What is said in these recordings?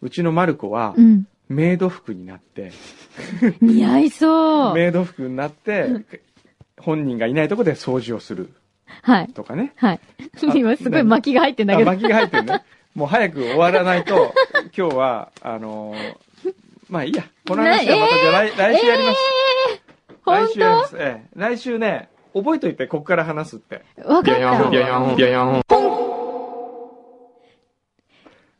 うちのマルコはうん。メイド服になって、似合いそう。メイド服になって、本人がいないとこで掃除をするはい。とかね。はい。あ今すごい巻きが入ってんだあけど。巻きが入ってる ね。もう早く終わらないと、今日は、あのーまあいいや。この話はまたじゃあ来,、来週やります。本来週やります。ええ。来週ね、覚えといて、ここから話すっ て。当わかっビャヤンホたン、。ビャヤンホン、ビャヤンホン。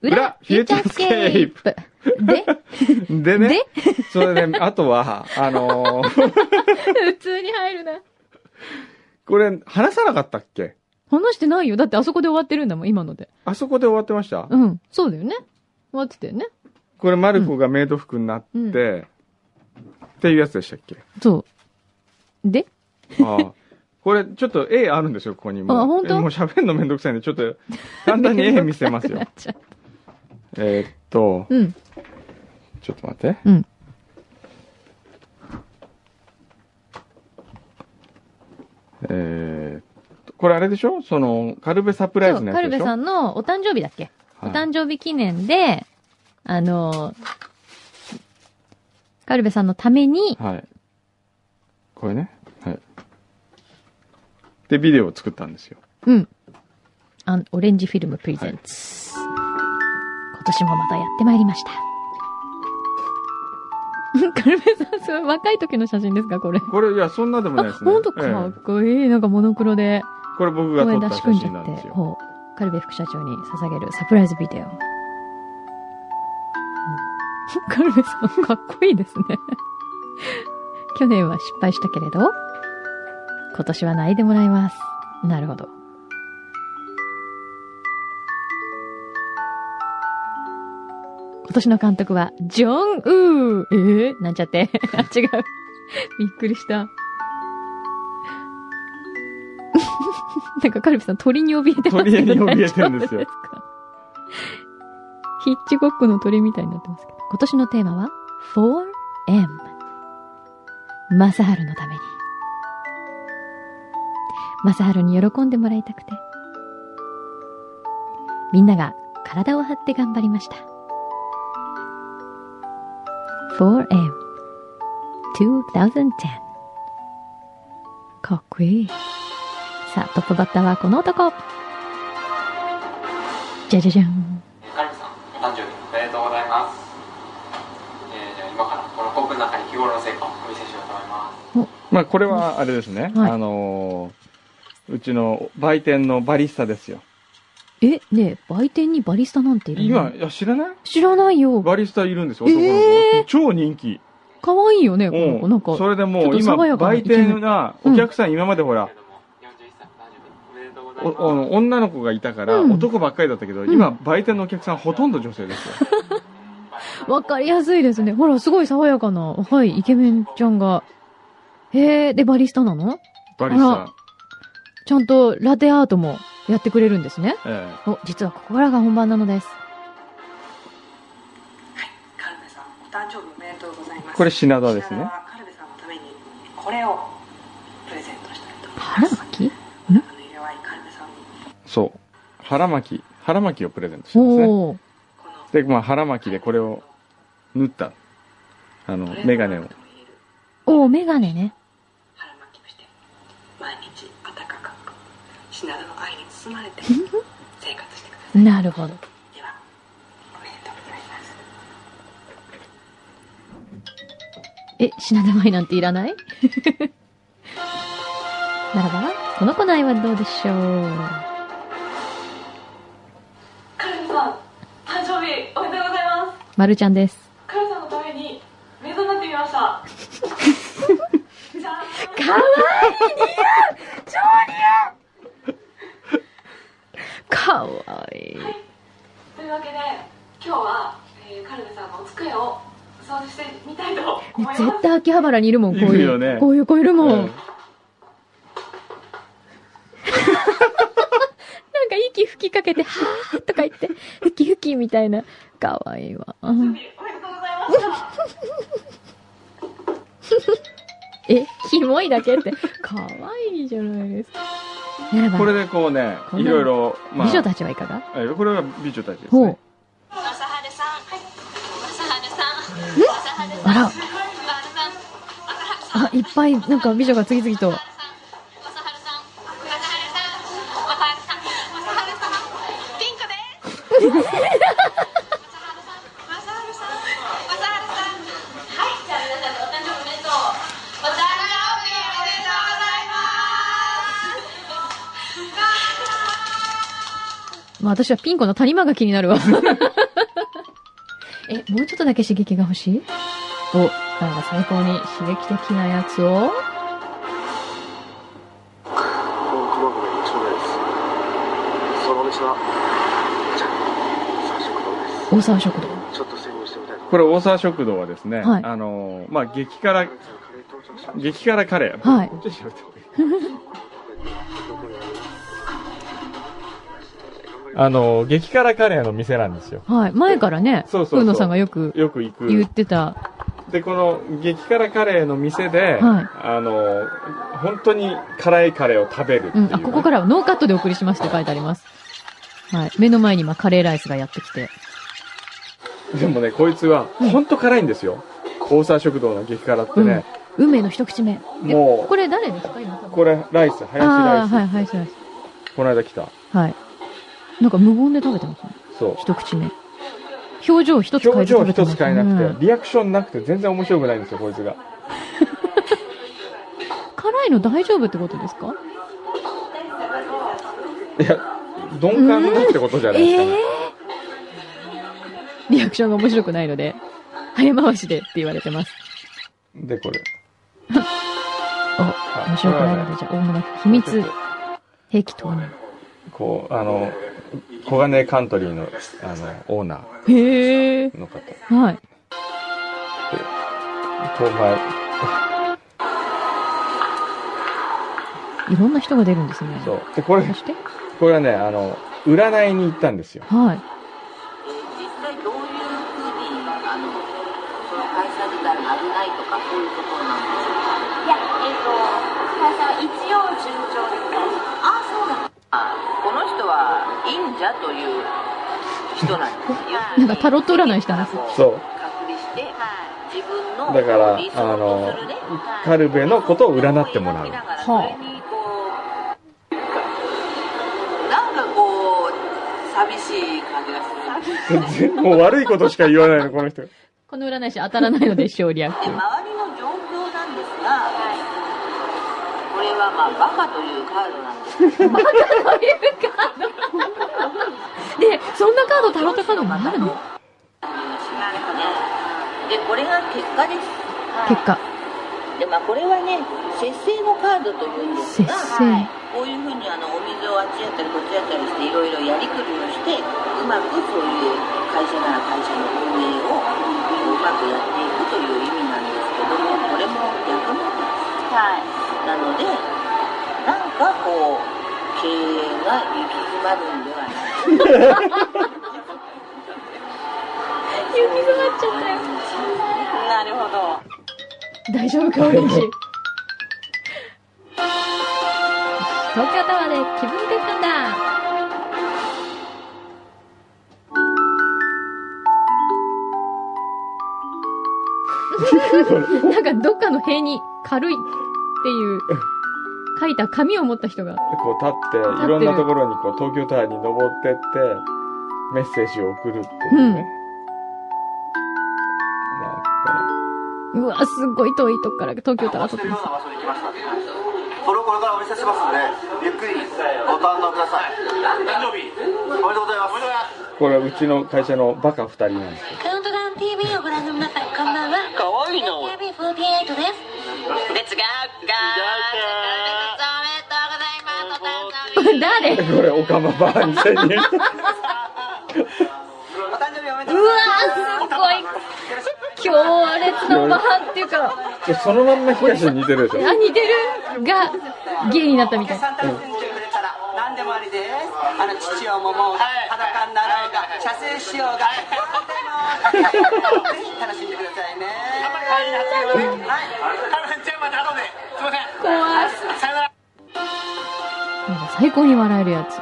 裏フューチャースケープ。で、でね、で、それで、あとは、あ のー普通に入るな。これ、話さなかったっけ話してないよ。だってあそこで終わってるんだもん、今ので。あそこで終わってました、うん。そうだよね。終わってたよね。これ、マルコがメイド服になって、うんっていうやつでしたっけそう。で、 ああ。これ、ちょっと絵あるんですよ、ここにもう。あ本当もう喋るのめんどくさいんで、ちょっと、簡単に絵 見せますよめんど。くさくなっちゃえーっと、ううん。ちょっと待って。うん。えーっと、これあれでしょその、カルベサプライそズう、のカやつルでベしょさんのお誕生日だっけおはい誕生日記念で、あのー、カルベさんのために、はい。これね。はい。で、ビデオを作ったんですよ。うん。あオレンジフィルムプレゼンツ。今年もまたやってまいりました。 カルベさん、すごい若い時の写真ですかこれ。これ、いや、そんなでもないあ、ですね。ほんとかえっこいい。なんかモノクロで、えこれ僕が撮声った出し組ん写じゃ真なんでっすて、よ。ほう。カルベ副社長に捧げるサプライズビデオ。 カルベさん、かっこいいですね。 去年は失敗したけれど、今年は泣いてもらいます。なるほど。今年の監督は、ジョン・ウー。えー、なんちゃって。 あ、違う。びっくりした。 なんかカルビさん、鳥に怯えてますけど鳥に怯えてるんですよ大丈夫か ヒッチコックの鳥みたいになってますけど。今年のテーマは、4M。マサハルのために。マサハルに喜んでもらいたくて。みんなが体を張って頑張りました。4M 2010かっこいい。さあ、トップバッターはこの男。じゃじゃじゃん。カルビさん、お誕生日おめでとうございます。えー、じゃあ今からこのコープの中に日頃の成果をお見せしようと思います。まあ、これは、あれですね。はいあのーうちの売店のバリスタですよ。え、ねえ、売店にバリスタなんているの今、いや、知らない知らないよ。バリスタいるんですよ、男の子。ええ超人気。かわいいよね、この子。うなんんか。それでもう、ちょっと今爽や、かな売店が、イケメおン客さん、今までほらけ、れども、41歳の誕生日おめでとうございおおます。女の子がいたから、うん男ばっかりだったけど、ん今、売店のお客さんほとんど女性ですよ。わかりやすいですね。ほら、すごい爽やかな。はい、イケメンちゃんが。へえ、で、バリスタなのバリスあタら。ちゃんとラテアートもやってくれるんですね。ええお、実はここからが本番なのです。カルベさんお誕生日おめでとうございますこれ品田ですね品田はカルベさんのためにこれをプレゼントしたいと思いま腹巻すきあの弱いカルベさんにそう。腹巻き。腹巻きをプレゼントしたんですね。おー。こで、のまあ腹巻きでこれを縫った、あの、メガネを。おー、メガネね。腹巻きをして毎日暖かく品田の愛に包まれて生活してくださいなるほど。ではおめでとうございまえ、す品田舞なんていらない ならば、この子の愛はどうでしょうカルベさん誕生日おめでとうございますまるちゃんです。カルベさんのために目覚めてみました じゃあかわいい似合う超似合うかわいい。というわけで今日は、えー、カルベさんのお机を掃除してみたいと思います絶対秋葉原にいるもん、こういるいよう。ねこういう子いるもえん。なんかえ息吹きか けて、はーとか言って、ふきふきみたいな。かわいいわ。うんおめでとうございましたえ、キモいだけって。かわいいじゃないですか。ならば、これでこうね、こんいなのろいろ、まあ、美女たちはいかがええこれは美女たちですほうね。。マサハルさん、はい、あら。あ、いっぱい、なんか美女が次々と。 まあ私はピン子の谷間が気になるわ。 え、もうちょっとだけ刺激が欲しいお、なんか最高に刺激的なやつを。そのお店はじゃあ三食堂です大沢食堂。ちょっと整合してみたいと思いますこれ大沢食堂はですね、はいあのまあ激辛カレー到着しまし激辛カレーはいこっちにしなくてもいい あの激辛カレーの店なんですよはい。前からね、そうそうそうふうのさんがよくよく行言くってた。でこの激辛カレーの店で、はいあの本当に辛いカレーを食べるってういう、ん。あ、ここからはノーカットでお送りしますって書いてあります。はい。目の前に今カレーライスがやってきて。でもねこいつは本当辛いんですよ大沢食堂の激辛ってね、運命の一口目。えもうこれ誰ですか今。これライス林ラああイス、ー、はい、はい、そうです。この間来たはい。なんか無言で食べてますね。そう一口目。表情一つ変え表て情食べて一ますつ変えなくうんて、リアクションなくて全然面白くないんですよ、こいつが。辛いの大丈夫ってことですかいや、鈍感なってことじゃないですかね。リアクションが面白くないので、早回しでって言われてます。で、これ。お、面白くないので、じゃあ、大村、秘密、兵器投入。こう、あの、小金カントリーの、あの、オーナへえ。ーの方。と、はい。まいろんな人が出るんですね。そう。で、これそ、してこれはね、あの、占いに行ったんですよ。はい。実際どういうふうにあのその会社自体が危ないとかそういうことなんですかいやえっ、と会社は一応順調でございますあそうだあこの人は忍者という人なんですなんかタロット占いしてますそうそう。隔離して自分のだから理想とするねあのカルベのことを占ってもらうはあはあなんかこう寂しい感じがする全然もう悪いことしか言わないの、この人。この占い師当たらないので、勝利 役。で周りの状況なんですが、これはまあバカというカードなんですけどで、そんなカードタ ロットカードがあるのでこれが結果です結果、でまあこれはね節制のカードというんです節が制。こういうふうにあのお水をあっちやったりこっちやったりしていろいろやりくりをしてうまくそういう会社なら会社の運営をうまくやっていくという意味なんですけどもこれも逆なんです、なのでなんかこう経営が行き詰まるんではないか指詰まっちゃったよ。なるほど大丈夫か、オレン ジ。一桁まで気分転換 だ。なんかどっかの塀に軽いっていう書いた紙を持った人が。こう立って、いろんなところにこう東京タワーに登ってって、メッセージを送るっていうね。なんかうわ、すごい遠いとこから東京タワー撮ってます。場所に来ましたこれをこれからお見せしますのでゆっくりご堪能ください誕生日おめでとうございますこれはうちの会社のバカ二人なんですけどカウントダウン TV をご覧の皆さん、こんばんは。かわいいな。AKB48 です。レッツゴーガーおめでとうござ 誰います。お誕生日。うわこれ、オカマバーに潜入した。ー、すごい。強烈なバーっていうか。でそのまんま東に似てるでしょ。あ、似てるが、芸になったみたい。サンタフェスに来てくれたら何でもありですあの父をももうが裸になろうが射精しようが何でもぜひ楽しんでくださいね怖い。なんか最高に笑えるやつ。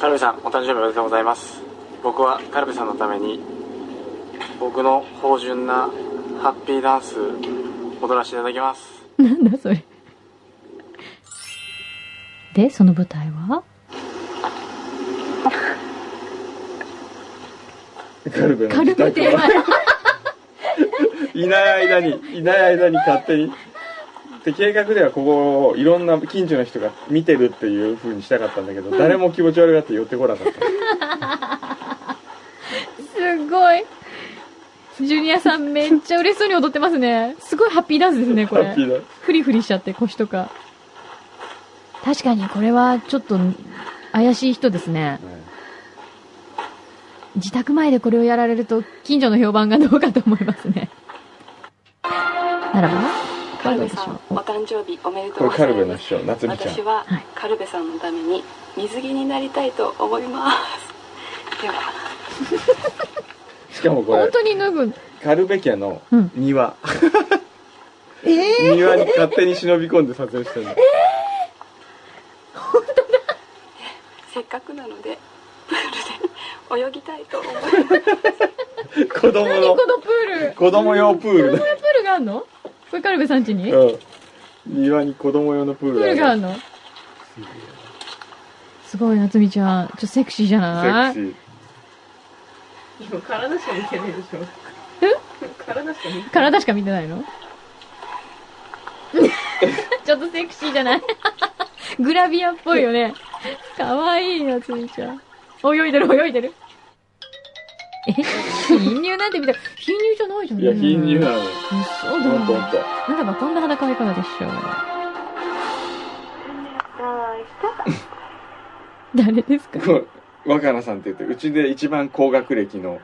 カルビさんお誕生日おめでとうございます僕はカルビさんのために僕の芳醇なハッピーダンス踊らせていただきますなんだそれ。で、その舞台はカルベのカル自ブ宅テーマ。いない間に、いない間に勝手に。で、計画ではここをいろんな近所の人が見てるっていう風にしたかったんだけど、誰も気持ち悪がって寄ってこなかった。すごい。ジュニアさんめっちゃ嬉しそうに踊ってますね。すごいハッピーダンスですね、これハッピ。ーだフリフリしちゃって腰とか。確かにこれはちょっと怪しい人ですね。自宅前でこれをやられると近所の評判がどうかと思いますね。ならば、カルどうベでしさんょおう。誕生日おめでとこうれござカいルベまのす師匠、夏美ちゃん私。ははいカルベさんのために水着になりたいと思いますではしかもこ本れ、当に脱ぐ。カルベ家のうん庭。庭に勝手に忍び込んで撮影してるの。せっかくなのでプールで泳ぎたいと思います子供何のこ、のプール。子供用プールこんなプールがあんのこれカルベさん家に、だ。うん。庭に子供用のプープールルがあがあんる。のすごい、夏美ちゃん。ちょっとセクシーじゃセなクいシー。体しか見てないの ちょっとセクシーじゃない グラビアっぽいよね。かわいい、夏美ちゃん。泳いでる、泳いでる。え貧乳なんて見たら、貧乳じゃないじゃん、いや、貧乳なのよ。そうだほんとほんな。と。ならば、こんな裸はいかがでしょう 誰ですかこう若菜さんって言ってうちで一番高学歴の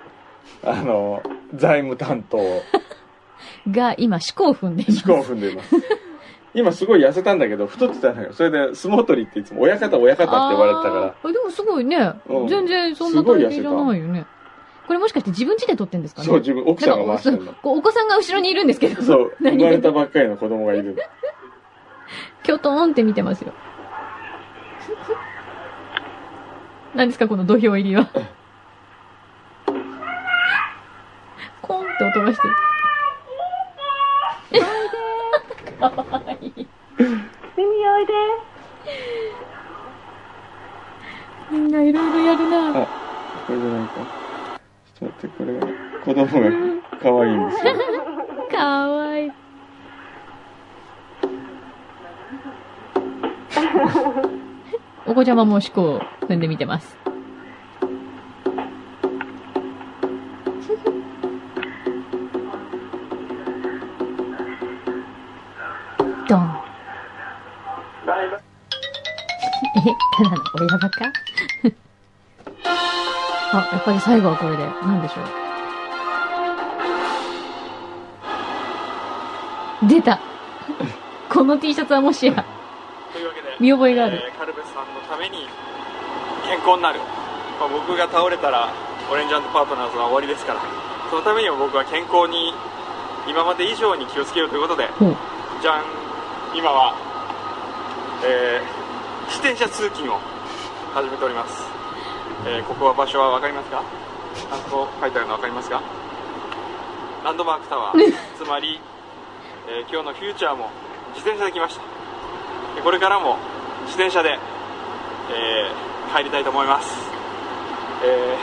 あの財務担当が、今、思考踏んでいます四。股を踏んでいます今すごい痩せたんだけど太ってたのよそれで相撲取りっていつも親方親方って言われてたからあーあでもすごいねう。ん全然そんなすごい体痩せ型じたゃないよね。これもしかして自分家で撮ってんですかねそう自分奥さんが回してるなんのかこうお子さんが後ろにいるんですけど、そう生何まれたばっかりの子供がいるキョトーンって見てますよ。何ですか、この土俵入りは。コンって音がしてる。かわいい。海おいで。みんないろいろやるな。これじゃないかちょっと待ってこれが子供が可愛いんですよかわいい。お子ちゃまも思考を踏んでみてます。ドン。え、ただの親バカ あ、やっぱり最後はこれで、なんでしょう。出たこの T シャツはもしや、というわけで 見覚えがある。えーカルベさんのために健康になる、まあ、僕が倒れたらオレンジパートナーズは終わりですからそのためにも僕は健康に今まで以上に気をつけようということでほうじゃん今は、えー自転車通勤を始めております、えーここは場所は分かりますかあそこ書いてあるの分かりますかランドマークタワーつまり、えー今日のフューチャーも自転車で来ましたでこれからも自転車で、えー帰りたいと思います、え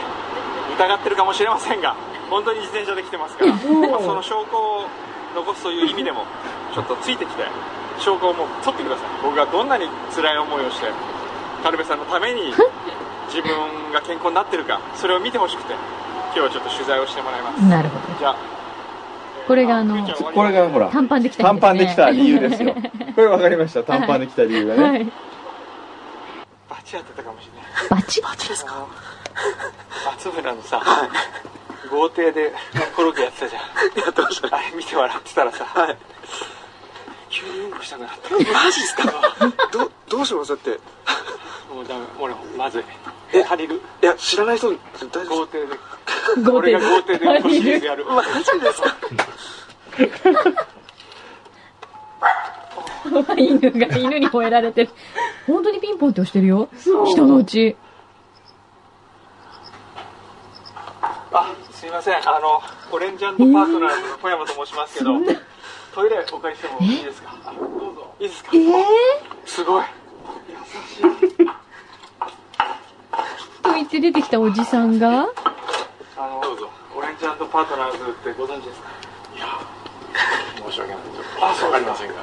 ー疑ってるかもしれませんが本当に自転車で来てますから、まあその証拠を残すという意味でもちょっとついてきて証拠をもう取ってください僕がどんなに辛い思いをして軽部さんのために自分が健康になってるかそれを見てほしくて今日はちょっと取材をしてもらいますなるほど。じゃあこれがあの、これがほら短パンできた。短パンできた理由ですよこれ分かりました短パンできた理由がね、 はい。バチ当てたかもしれなバいチバですか 松村のさ、豪邸でコロッケやってたじゃんやってましたあれ見て笑ってたらさ、急にうんこしたくなったマジですか どどうしますだってもうダメ俺もまずいえ借りるいや知らない人大豪邸で豪邸俺が豪邸でうんこ シリーズやるマジですか犬が、犬に吠えられてる。本当にピンポンって押してるよ。人のうち。あすいませんあのオレンジパートナーズの小山と申しますけど、トイレお借りしてもいいですかあどうぞいいですか、えー、すごい浮いて出てきたおじさんがあのどうぞオレンジパートナーズってご存知ですかいや申し訳ないあそうかりませんが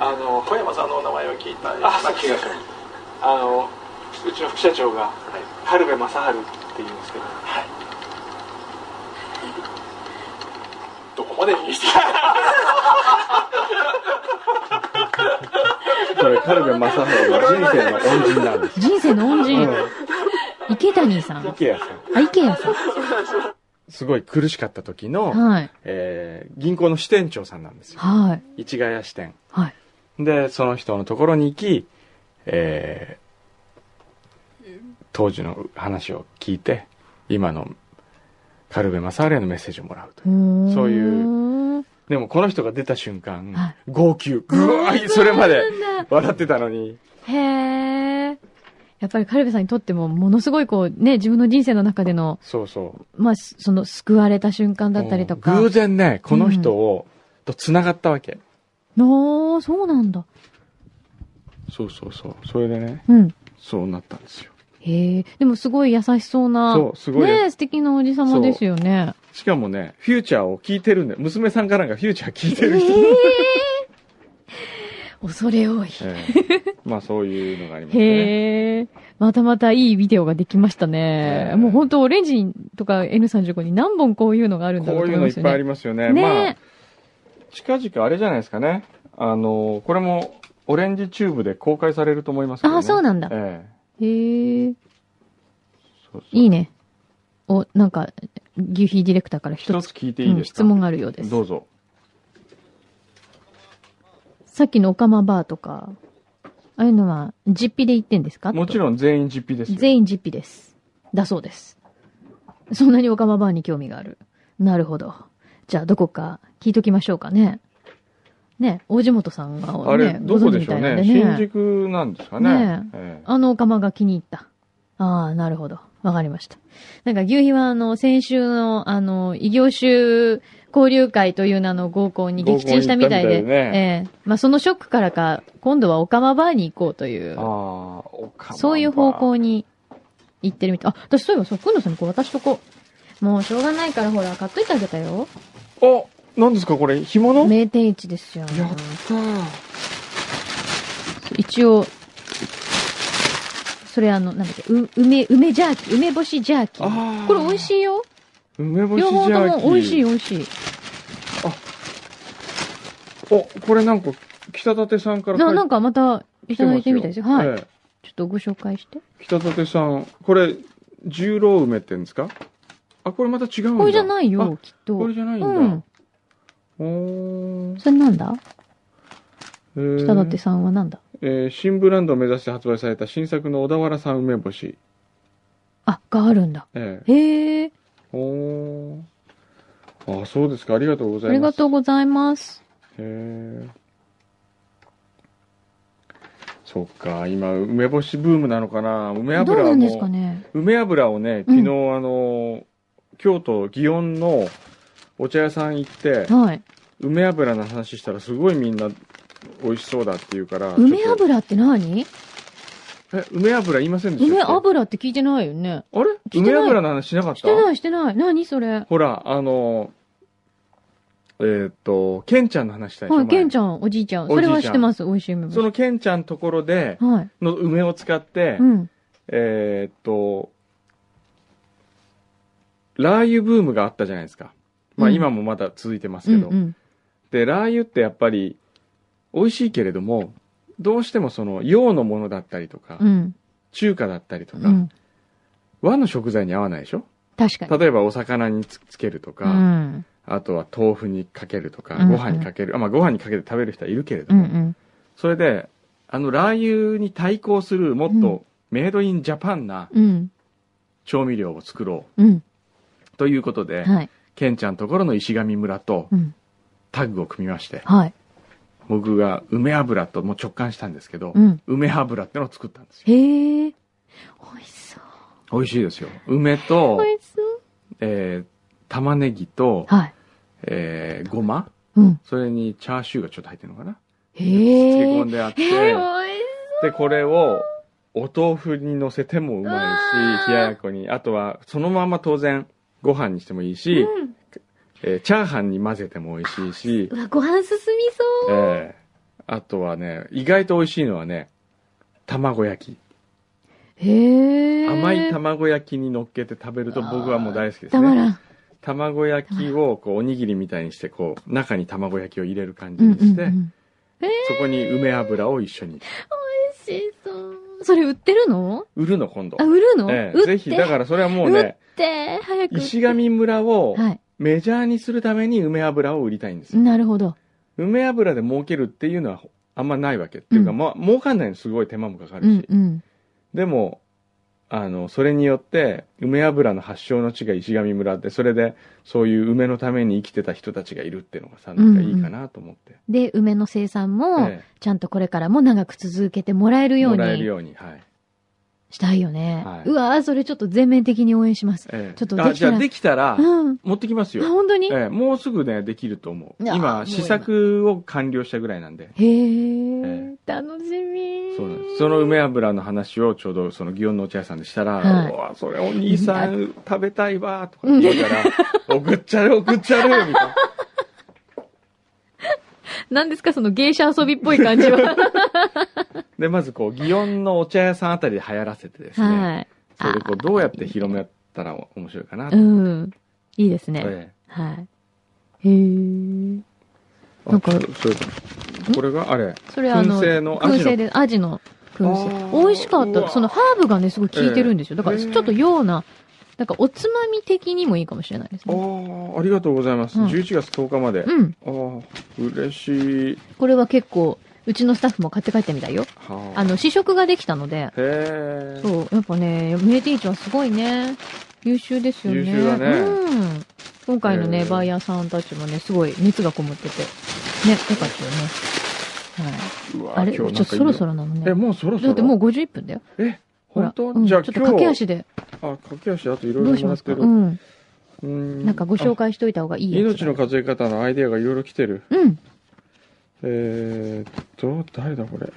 あの小山さんのお名前を聞いたあそうですあのうちの副社長が、春部正治って言うんですけど、どこまでにしてこれ、軽部正治の人生の恩人なんです。人生の恩人、池谷さん池谷さん。あ池谷さんすごい苦しかった時の、はいえー銀行の支店長さんなんですよ。はい市ヶ谷支店。はいで、その人のところに行き、えー当時の話を聞いて、今の軽部正治へのメッセージをもらうという。そういうでもこの人が出た瞬間、は号泣。ぐわーいそれまで笑ってたのに。へえやっぱりカルベさんにとってもものすごいこうね自分の人生の中でのそうそう。まあすその救われた瞬間だったりとか偶然ね、この人を、と繋がったわけ。のそうなんだそうそうそう。それでね、うんそうなったんですよ。へえでもすごい優しそうなそうすごいねえ素敵なおじさまですよねしかもね、フューチャーを聞いてるんで、娘さんからがフューチャー聞いてる人。恐れ多いええまあそういうのがありますね。へえ、またまたいいビデオができましたね。えーもう本当オレンジとか N35 に何本こういうのがあるんだころううとい思うのいまいすっよぱいあね。りますよね。ねまあ、近々あれじゃないですかね。あの、これも、オレンジチューブで公開されると思いますけど、ね。あそうなんだえへえ、えそうそういいね。お、なんか、ギュヒーディレクターから一一つつ聞いていいうんですか、質問があるようです。どうぞ。さっきのオカマバーとか、ああいうのは実費で言ってんですかもちろん全員実費ですよ。全員実費です。だそうです。そんなにオカマバーに興味がある。なるほど。じゃあ、どこか聞いときましょうかね。ね、大地元さんが、ね、あれ、どこでしょうごね存知みたいなん新でね。宿なんですかね。ねええあのオカマが気に入った。ああ、なるほど。わかりました。なんか、牛皮は、あの、先週の、あの、異業種交流会という名の合コンに撃沈したみたい合コンにで、行ったみたいでええまあ、そのショックからか、今度はオカマバーに行こうという。ああ、おかまばそういう方向に行ってるみたい。あ、私そういえばさ、くんのさんにこれ渡しとこう。もうしょうがないからほら、買っといてあげたよ。あ、なんですかこれ、干物名店一ですよ。やったー。一応、それあの、なんだっけ、う梅、梅ジャーキー、梅干しジャーキあー。ーこれ美味しいよ。梅干しジ両方とャーキー。も美味しい美味しい。お、これなんか、北舘さんからな、書なんかまた、い来てただまいすてよみたいですよ。はい。ええちょっとご紹介して。北舘さん、これ、十郎梅って言うんですかあ、これまた違うんだ。これじゃないよあ、、きっと。これじゃないんだ。うん。おーそれなんだえー北舘さんはなんだえー新ブランドを目指して発売された新作の小田原産梅干し。あ、があるんだ。ええへえ、おーあ、そうですか。ありがとうござあいます。りがとうございます。へえ。そっか、今、梅干しブームなのかな。梅どう油なをんですかね。梅油をね、うん昨日、あの、京都、祇園のお茶屋さん行って、はい。梅油の話したらすごいみんな美味しそうだって言うから、梅ちょっと油って何え、梅油言いませんでしたっ梅け油って聞いてないよね。あれてない梅油の話しなかったしてないしてない。何それ。ほら、あの、えーっと、ケンちゃんの話したでしょ、はい、ケンちゃゃん、おじいちゃん。おそじいちれゃんは知ってます。美味しい梅そ干し。のケンちゃんところで、はい。の梅を使って、うん。えーっと、ラー油ブームがあったじゃないですか。まあうん今もまだ続いてますうけんど。うん。で、ラー油ってやっぱり美味しいけれども、どうしてもその洋のものだったりとか、うん。中華だったりとか、うん。和の食材に合わないでしょ確かに。例えばお魚につつけるとうか、ん。あとは豆腐にかけるとか、うんご飯にかける、あまあご飯にかけて食べる人はいるけれどうんうも、ん。それで、あのラー油に対抗するもっうとメイドインジャパンなうん。調味料を作ろうん。うということで、はい。ケンちゃんところの石神村とうん。タッグを組みまして、はい。僕が梅油ともう直感したんですけど、うん。梅油ってのを作ったんですよ。へえ。美味しそう。美味しいですよ。梅と、美味しそう。えー玉ねぎと、はいえーごま、うんそれにチャーシューがちょっと入ってるのかなへ漬けえ。込んであって、へえ、おいしでこれをお豆腐にのせてもうまいし冷ややこにあとはそのまま当然ご飯にしてもいいし、うんえーチャーハンに混ぜても美味しいしう、わ、ご飯進みそう。えーあとはね意外と美味しいのはね卵焼きへえ。甘い卵焼きに乗っけて食べると僕はもう大好きですたまねらん。卵焼きをこうおにぎりみたいにしてこう中に卵焼きを入れる感じうんにうんうしん。て、美味そこに梅油を一緒にしそう。それ売ってるの売るの今度あ、売るのええ売って。ぜひだからそれはもう売っねて、早く。石神村をはい。メジャーにするために梅油を売りたいんですよなるほど。梅油で儲けるっていうのはあんまないわけっていうか、うんまあ儲かんないのすごい手間もかかうるんし、うん。でもあのそれによって梅油の発祥の地が石神村でそれでそういう梅のために生きてた人たちがいるっていうのがさなんかいいかなと思って、で、梅の生産も、えちゃんとこれからも長く続けてもらえるえようもらえるにようにはい、したいよね。はいうわーそれちょっと全面的に応援します。ええちょっとあできじたゃらあできたらうん。持ってきますあ、よ、本当に、ええもうすぐねできると思ういやも今う試作を完了したぐらいなんでへええ、楽しみ。そうなんです。その梅油の話をちょうどその祇園のお茶屋さんでしたら、はいおわそれお兄さん食べたいわとか言うから、送っちゃる送っちゃるみたいな。何ですかその芸者遊びっぽい感じは。で、まずこう、祇園のお茶屋さんあたりで流行らせて ですね、はい。それでこう、どうやって広めたら面白いかなと。うん。いいですね。えはい。へえ。えなんあかそうそういうことこれがあれ、それあの、燻製のアジの燻製で、アジの燻あ製。ー美味しかっうた。わそのハーブがね、すごい効いてるんですよ。だから、へちーょっとような、なんかおつまみ的にもいいかもしれないですあね。あ、ありがとうございます。うん11月10日まで。うん。ああ、嬉しい。これは結構、うちのスタッフも買って帰ってみたいよ。はあの、試食ができたので、へえ。そう、やっぱね、名店市はすごいね。優秀ですよね。優秀だねうん。今回のへね、ーバイヤーさんたちもね、すごい熱がこもってて、ね、よかったよね。うわはい。あれ、ち今ょ日っなんとかいいそろそろ。ろなのえ、ね。もうそろそろ。だってもう51分だよ。え、ほら本、当、うん、ちじょゃっあと今駆け足日、で、あ、駆け足あといろいどろうしもらまっすかてうる。ん。うんなんかご紹介しといた方がいあいやつ命の数え方のアイデアがいろいろ来てる。うん。えーっと、誰だこれ。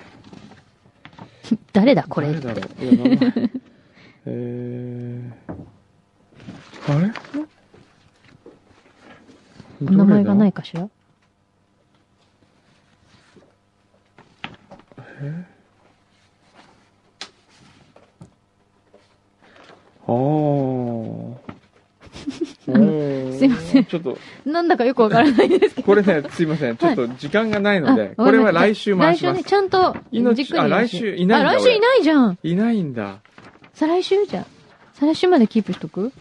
誰だこれっ誰だてろ。う。いや名前えー、あれ。お名前がないいかしらあ あ。おーすいませんちょっと、なんだかよくわからないですけど。これね、すいません。ちょっと時間がないあ、ので、これはわかり来ま週回したします来週ね、。ちゃんと、命じっくりあ来週来週いないんだあ、来週いないじゃん。いないんだ。再来週じゃん。再来週までキープしとく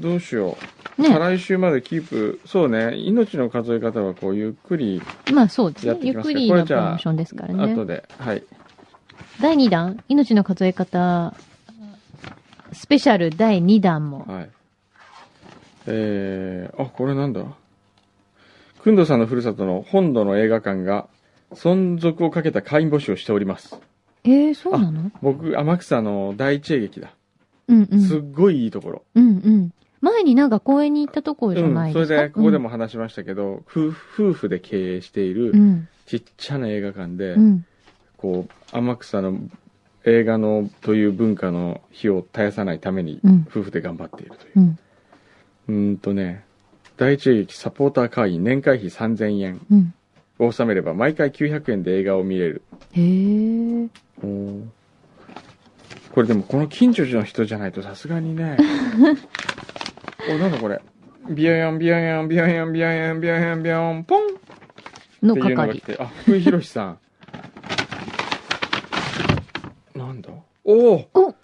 どうしよう。ね再来週までキープ、そうね、命の数え方はこう、ゆっくり、まあそうですやねっ。てゆいっきますくかりこれのプじロゃあモーションですから後ね。で、はい。第2弾、命の数え方、スペシャル第2弾も。はい。えー、あ、これなんだくんどさんのふるさとの本土の映画館が、存続をかけた会員募集をしております。えー、そうなの僕、天草の第一映劇だ。うんうん。すっごいいいところ。うんうん。前になんか公園に行ったとこじゃないそでれすか。で、ここでも話しましたけど、夫夫婦で経営していうん。うる、ん。ちっちゃな映画館で、うん。こう、天草の映画のという文化の火を絶やさないためにうん、夫婦で頑張っているという。うん。うーんとね、第一映劇サポーター会員年会費3000円うん。を納めれば毎回900円で映画を見れる。へえ。これでもこの近所の人じゃないとさすがに ね。お、なんだこれ。ビヨヨンビヨヨンビヨヨンビヨヨンビヨヨンビヨヨンポンっのていうのが係来。て、あ、福井博さん。なんだおおお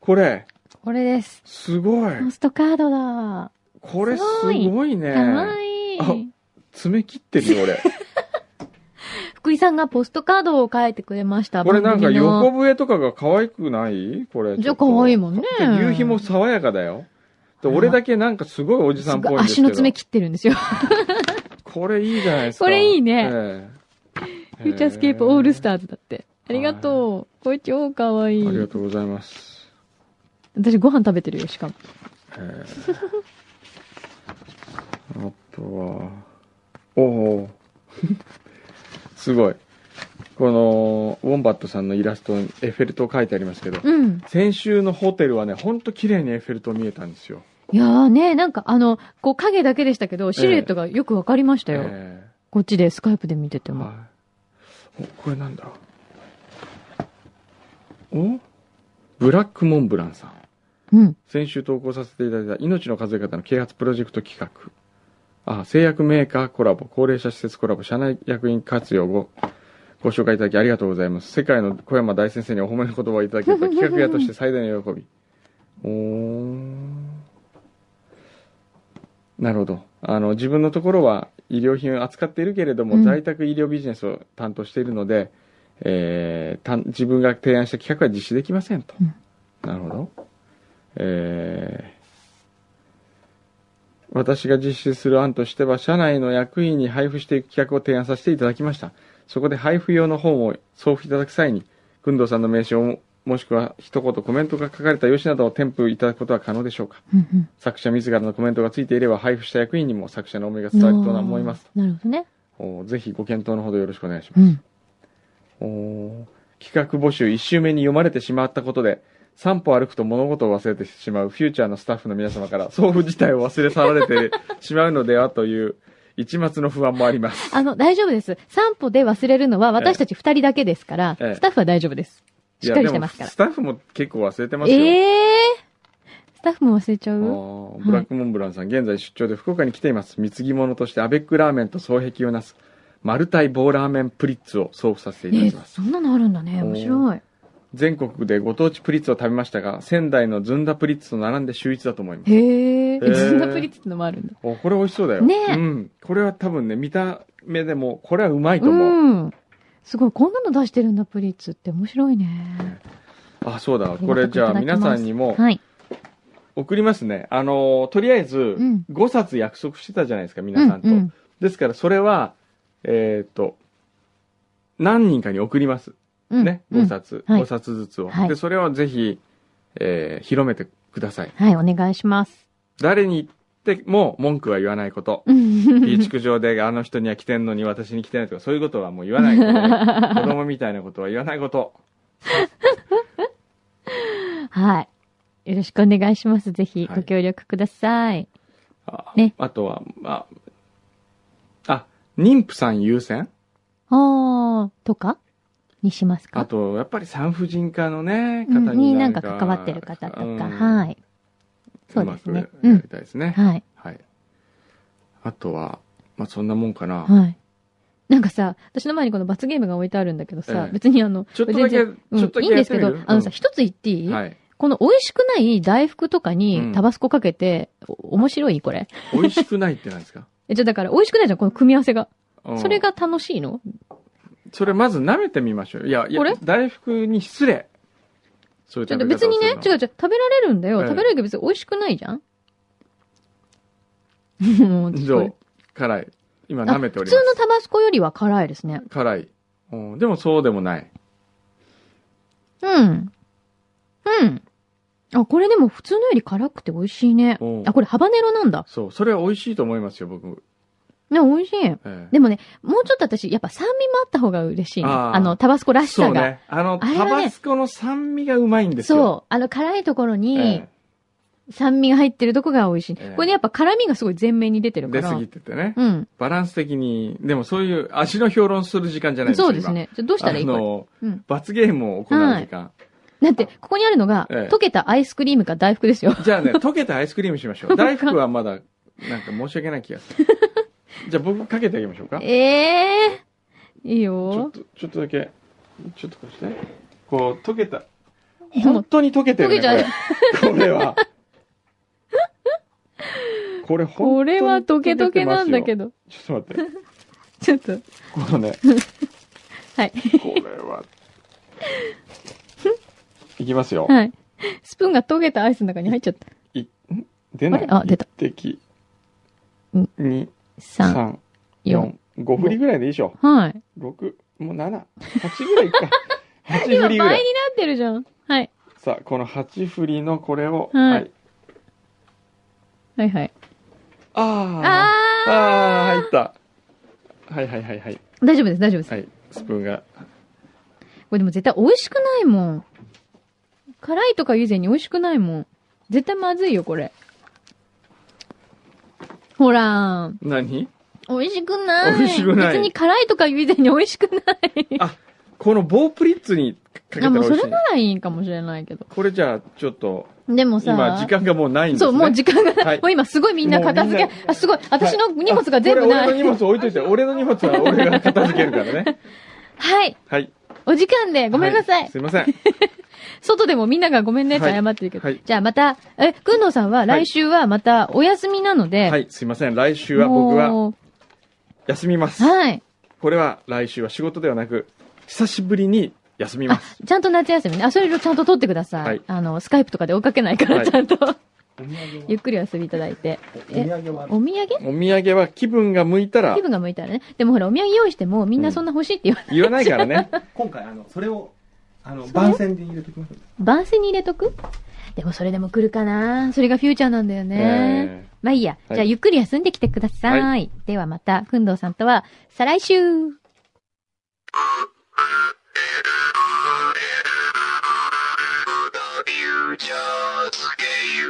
これ、これです。すごい。ポストカードだ。これすごいね。かわいい。爪切ってるよ、 俺。福井さんがポストカードを書いてくれました。これなんか番横組の笛とかが可愛くないこれ。じゃあ可愛いもん。もんね。夕日も爽やかだよ。で俺だけなんかすごいおじさんっぽいんです足けど。の爪切ってるんですよ。これいいじゃないですか。これいいねええフューチャースケープオールスへターズだって。ありがとう。これ超かわいえありがい。とうございます。私ご飯食べてるよ、しかも。ええあとは、おお ーすごい。この、ウォンバットさんのイラストにエッフェル塔書いてありますけど、うん先週のホテルはね、ほんと綺麗にエッフェル塔見えたんですよ。いやーね、なんかあの、こう影だけでしたけど、シルエットがよくわかりましたよ。えこっちでスカイプで見てても。おこれなんだおブラックモンブランさん。うん。先週投稿させていただいた命の数え方の啓発プロジェクト企画。あ、製薬メーカーコラボ、高齢者施設コラボ、社内役員活用をご紹介いただきありがとうございます。世界の小山大先生にお褒めの言葉をいただけると企画屋として最大の喜び。おーなるほど。あの、自分のところは医療品を扱っているけれども、うん在宅医療ビジネスを担当しているので、えーたん自分が提案した企画は実施できませんと。なるほど。えー私が実施する案としては、社内の役員に配布していく企画を提案させていただきました。そこで配布用の本を送付いただく際に、工藤さんの名称をもしくは一言コメントが書かれた用紙などを添付いただくことは可能でしょうか。作者自らのコメントがついていれば、配布した役員にも作者の思いが伝わると思います。なるほどね。おぜひご検討のほどよろしくお願いしうます。ん。お企画募集1周目に読まれてしまったことで、散歩歩くと物事を忘れてしまうフューチャーのスタッフの皆様から、送付自体を忘れ去られてしまうのではという、一末の不安もあります。あの、大丈夫です。散歩で忘れるのは私たち二人だけですから、ええスタッフは大丈夫です。いしっやかりしてますかでもらス。タッフも結構忘れてますよ。ええー、スタッフも忘れちゃあうーブラックモンブランさん、現在出張で福岡に来ています。貢ぎ物としてアベックラーメンと双璧をなす、マルタイ棒ラーメンプリッツを送付させていたえだきます。ーそんなのあるんだね。面白い。全国でご当地プリッツを食べましたが、仙台のずんだプリッツと並んで秀逸だと思います。へえ。へー ずんだプリッツってのもあるんだ。おこれ美味しそうだよ。ねえうん。これは多分ね、見た目でも、これはうまいとう思う。ん。すごい、こんなの出してるんだ、プリッツって面白いね。あ、そうだ。これじゃあ皆さんにもはい。送りますね。あのー、とりあえずん、 5冊約束してたじゃないですか、皆さんと。うんうんですから、それは、えーっと、何人かに送ります。うんね。うん5冊。はい5冊ずつを。はいで、それをぜひ、えー広めてください。はい、お願いします。 誰に言っても文句は言わないこと。うビんーチク上であの人には来てんのに私に来てないとかそういうことはもう言 わないこと。子供みたいなことは言わないこと。はい。よろしくお願いします。ぜひ、ご協力ください。ね。あとは、まあ、あ、妊婦さん優先あー、とかにしますかあと、やっぱり産婦人科のね、う方にん、になんかか関わってる方とか、うんはい。そううまですくやね。うんり。たいですね。はい。はい。あとは、まあそんなもんかな。はい。なんかさ、私の前にこの罰ゲームが置いてあるんだけどさ、ええ別にあの、ちょっとだけ全然うんちょっとだけいいんですけやっどてみ、るあのさ、うん一つ言っていいはい。この美味しくない大福とかうんにタバスコかけて、お面白いこれ。美味しくないってなんですかえ、じゃあだから美味しくないじゃん、この組み合わせが。うんそれが楽しいのそれまず舐めてみましょう。いや、いやこれ、大福に失礼。そういうちょっ食とべ別方をにすねるの、違う違う、食べられるんだよ。ええ食べられるけど別に美味しくないじゃんもう、どう辛い。今あ舐めてお普り通まのタバスコよりは辛いですね。す。辛い。うんでもそうでもない。うん。うん。あ、これでも普通のより辛くて美味しいねおう。あ、これハバネロなんだ。そう。それは美味しいと思いますよ、僕。ね、美味しい。ええでもね、もうちょっと私、やっぱ酸味もあった方が嬉しいね。あーあの、タバスコらしそさうがね。。あの、あれタはねバスコの酸味がうまいんですよ。そう。あの、辛いところにえ、酸味が入ってるとこが美味しい。ええこれね、やっぱ辛味がすごい前面に出てるか出ら。過ぎててね。うんバランス的に、でもそういう足の評論する時間じゃないですそうですね今じゃあどうしたらいいあの、うん罰ゲームを行う時間。だって、ここにあるのが、ええ溶けたアイスクリームか大福ですよ。じゃあね、溶けたアイスクリームしま しょう。大福はまだ、なんか申し訳ない気がする。じゃあ僕かけてあげましょうか。ええいいよ。ちょっとだけ、ちょっとこうして。こう、溶けた。本当に溶けてるね。溶けちゃうこれこれは。これ本こ当にれは溶け溶けなんだけど。ちょっと待って。ちょっと。このね、はい。これ は。いきますよ。はい。スプーンが溶けたアイスの中に入っちゃった。出ないあれあ出た。一滴。二、三三、四四、五振りぐらいでいいでしょ。はい。六、もう七、八ぐらいいくか。八 今振倍りにぐなっらい。てるじゃん。はい。さあ、この八振りのこれを、ははいい。はいはい。ああああ、入った。はいはいはいはい。大丈夫です、大丈夫です。はい。スプーンが。これでも絶対美味しくないもん。辛いとか以前に美味しくないもん。絶対まずいよ、これ。ほらー、何美味しくない。美味しくない別に辛いとかいう以前に美味しくない。この棒プリッツにかけたあ、ら美もうそ味しいね、れならいいんかもしれないけど。これじゃあ、ちょっと、でもさ、今、時間がもうないんです、そね。う、もう時間が、はいもう今すごいみんな片付けもう、あ、すごい、私の荷物が全部なこれ俺の荷い。物置いといて、俺の荷物は俺が片付けるからね。はい、はい。お時間で、ごめんなさい。すいません。外でもみんながごめんねって謝ってるけど。はいはいじゃあまた、え、くんのさんは来週はまたお休みなので、はい、すいません。来週は僕はも休みますう、。はい。これは来週は仕事ではなく、久しぶりに休みます。ちゃんと夏休みね。あ、それをちゃんと取ってください。はいあの、スカイプとかで追っかけないから、はいちゃんと。ゆっくりお休みいただいて。えお土産お土産は気分が向いたら気、分が向いたらね。でもほら、お土産用意してもみんなそんな欲しいって言わない。言わないからね。今回あのそれをあの番宣で入れてきます番宣に入れとくでもそれでも来るかなそれがフューチャーなんだよねえ。まあいいや。はいじゃあゆっくり休んできてください。はではまた、くんどうさんとは、再来週フューチャーズゲイ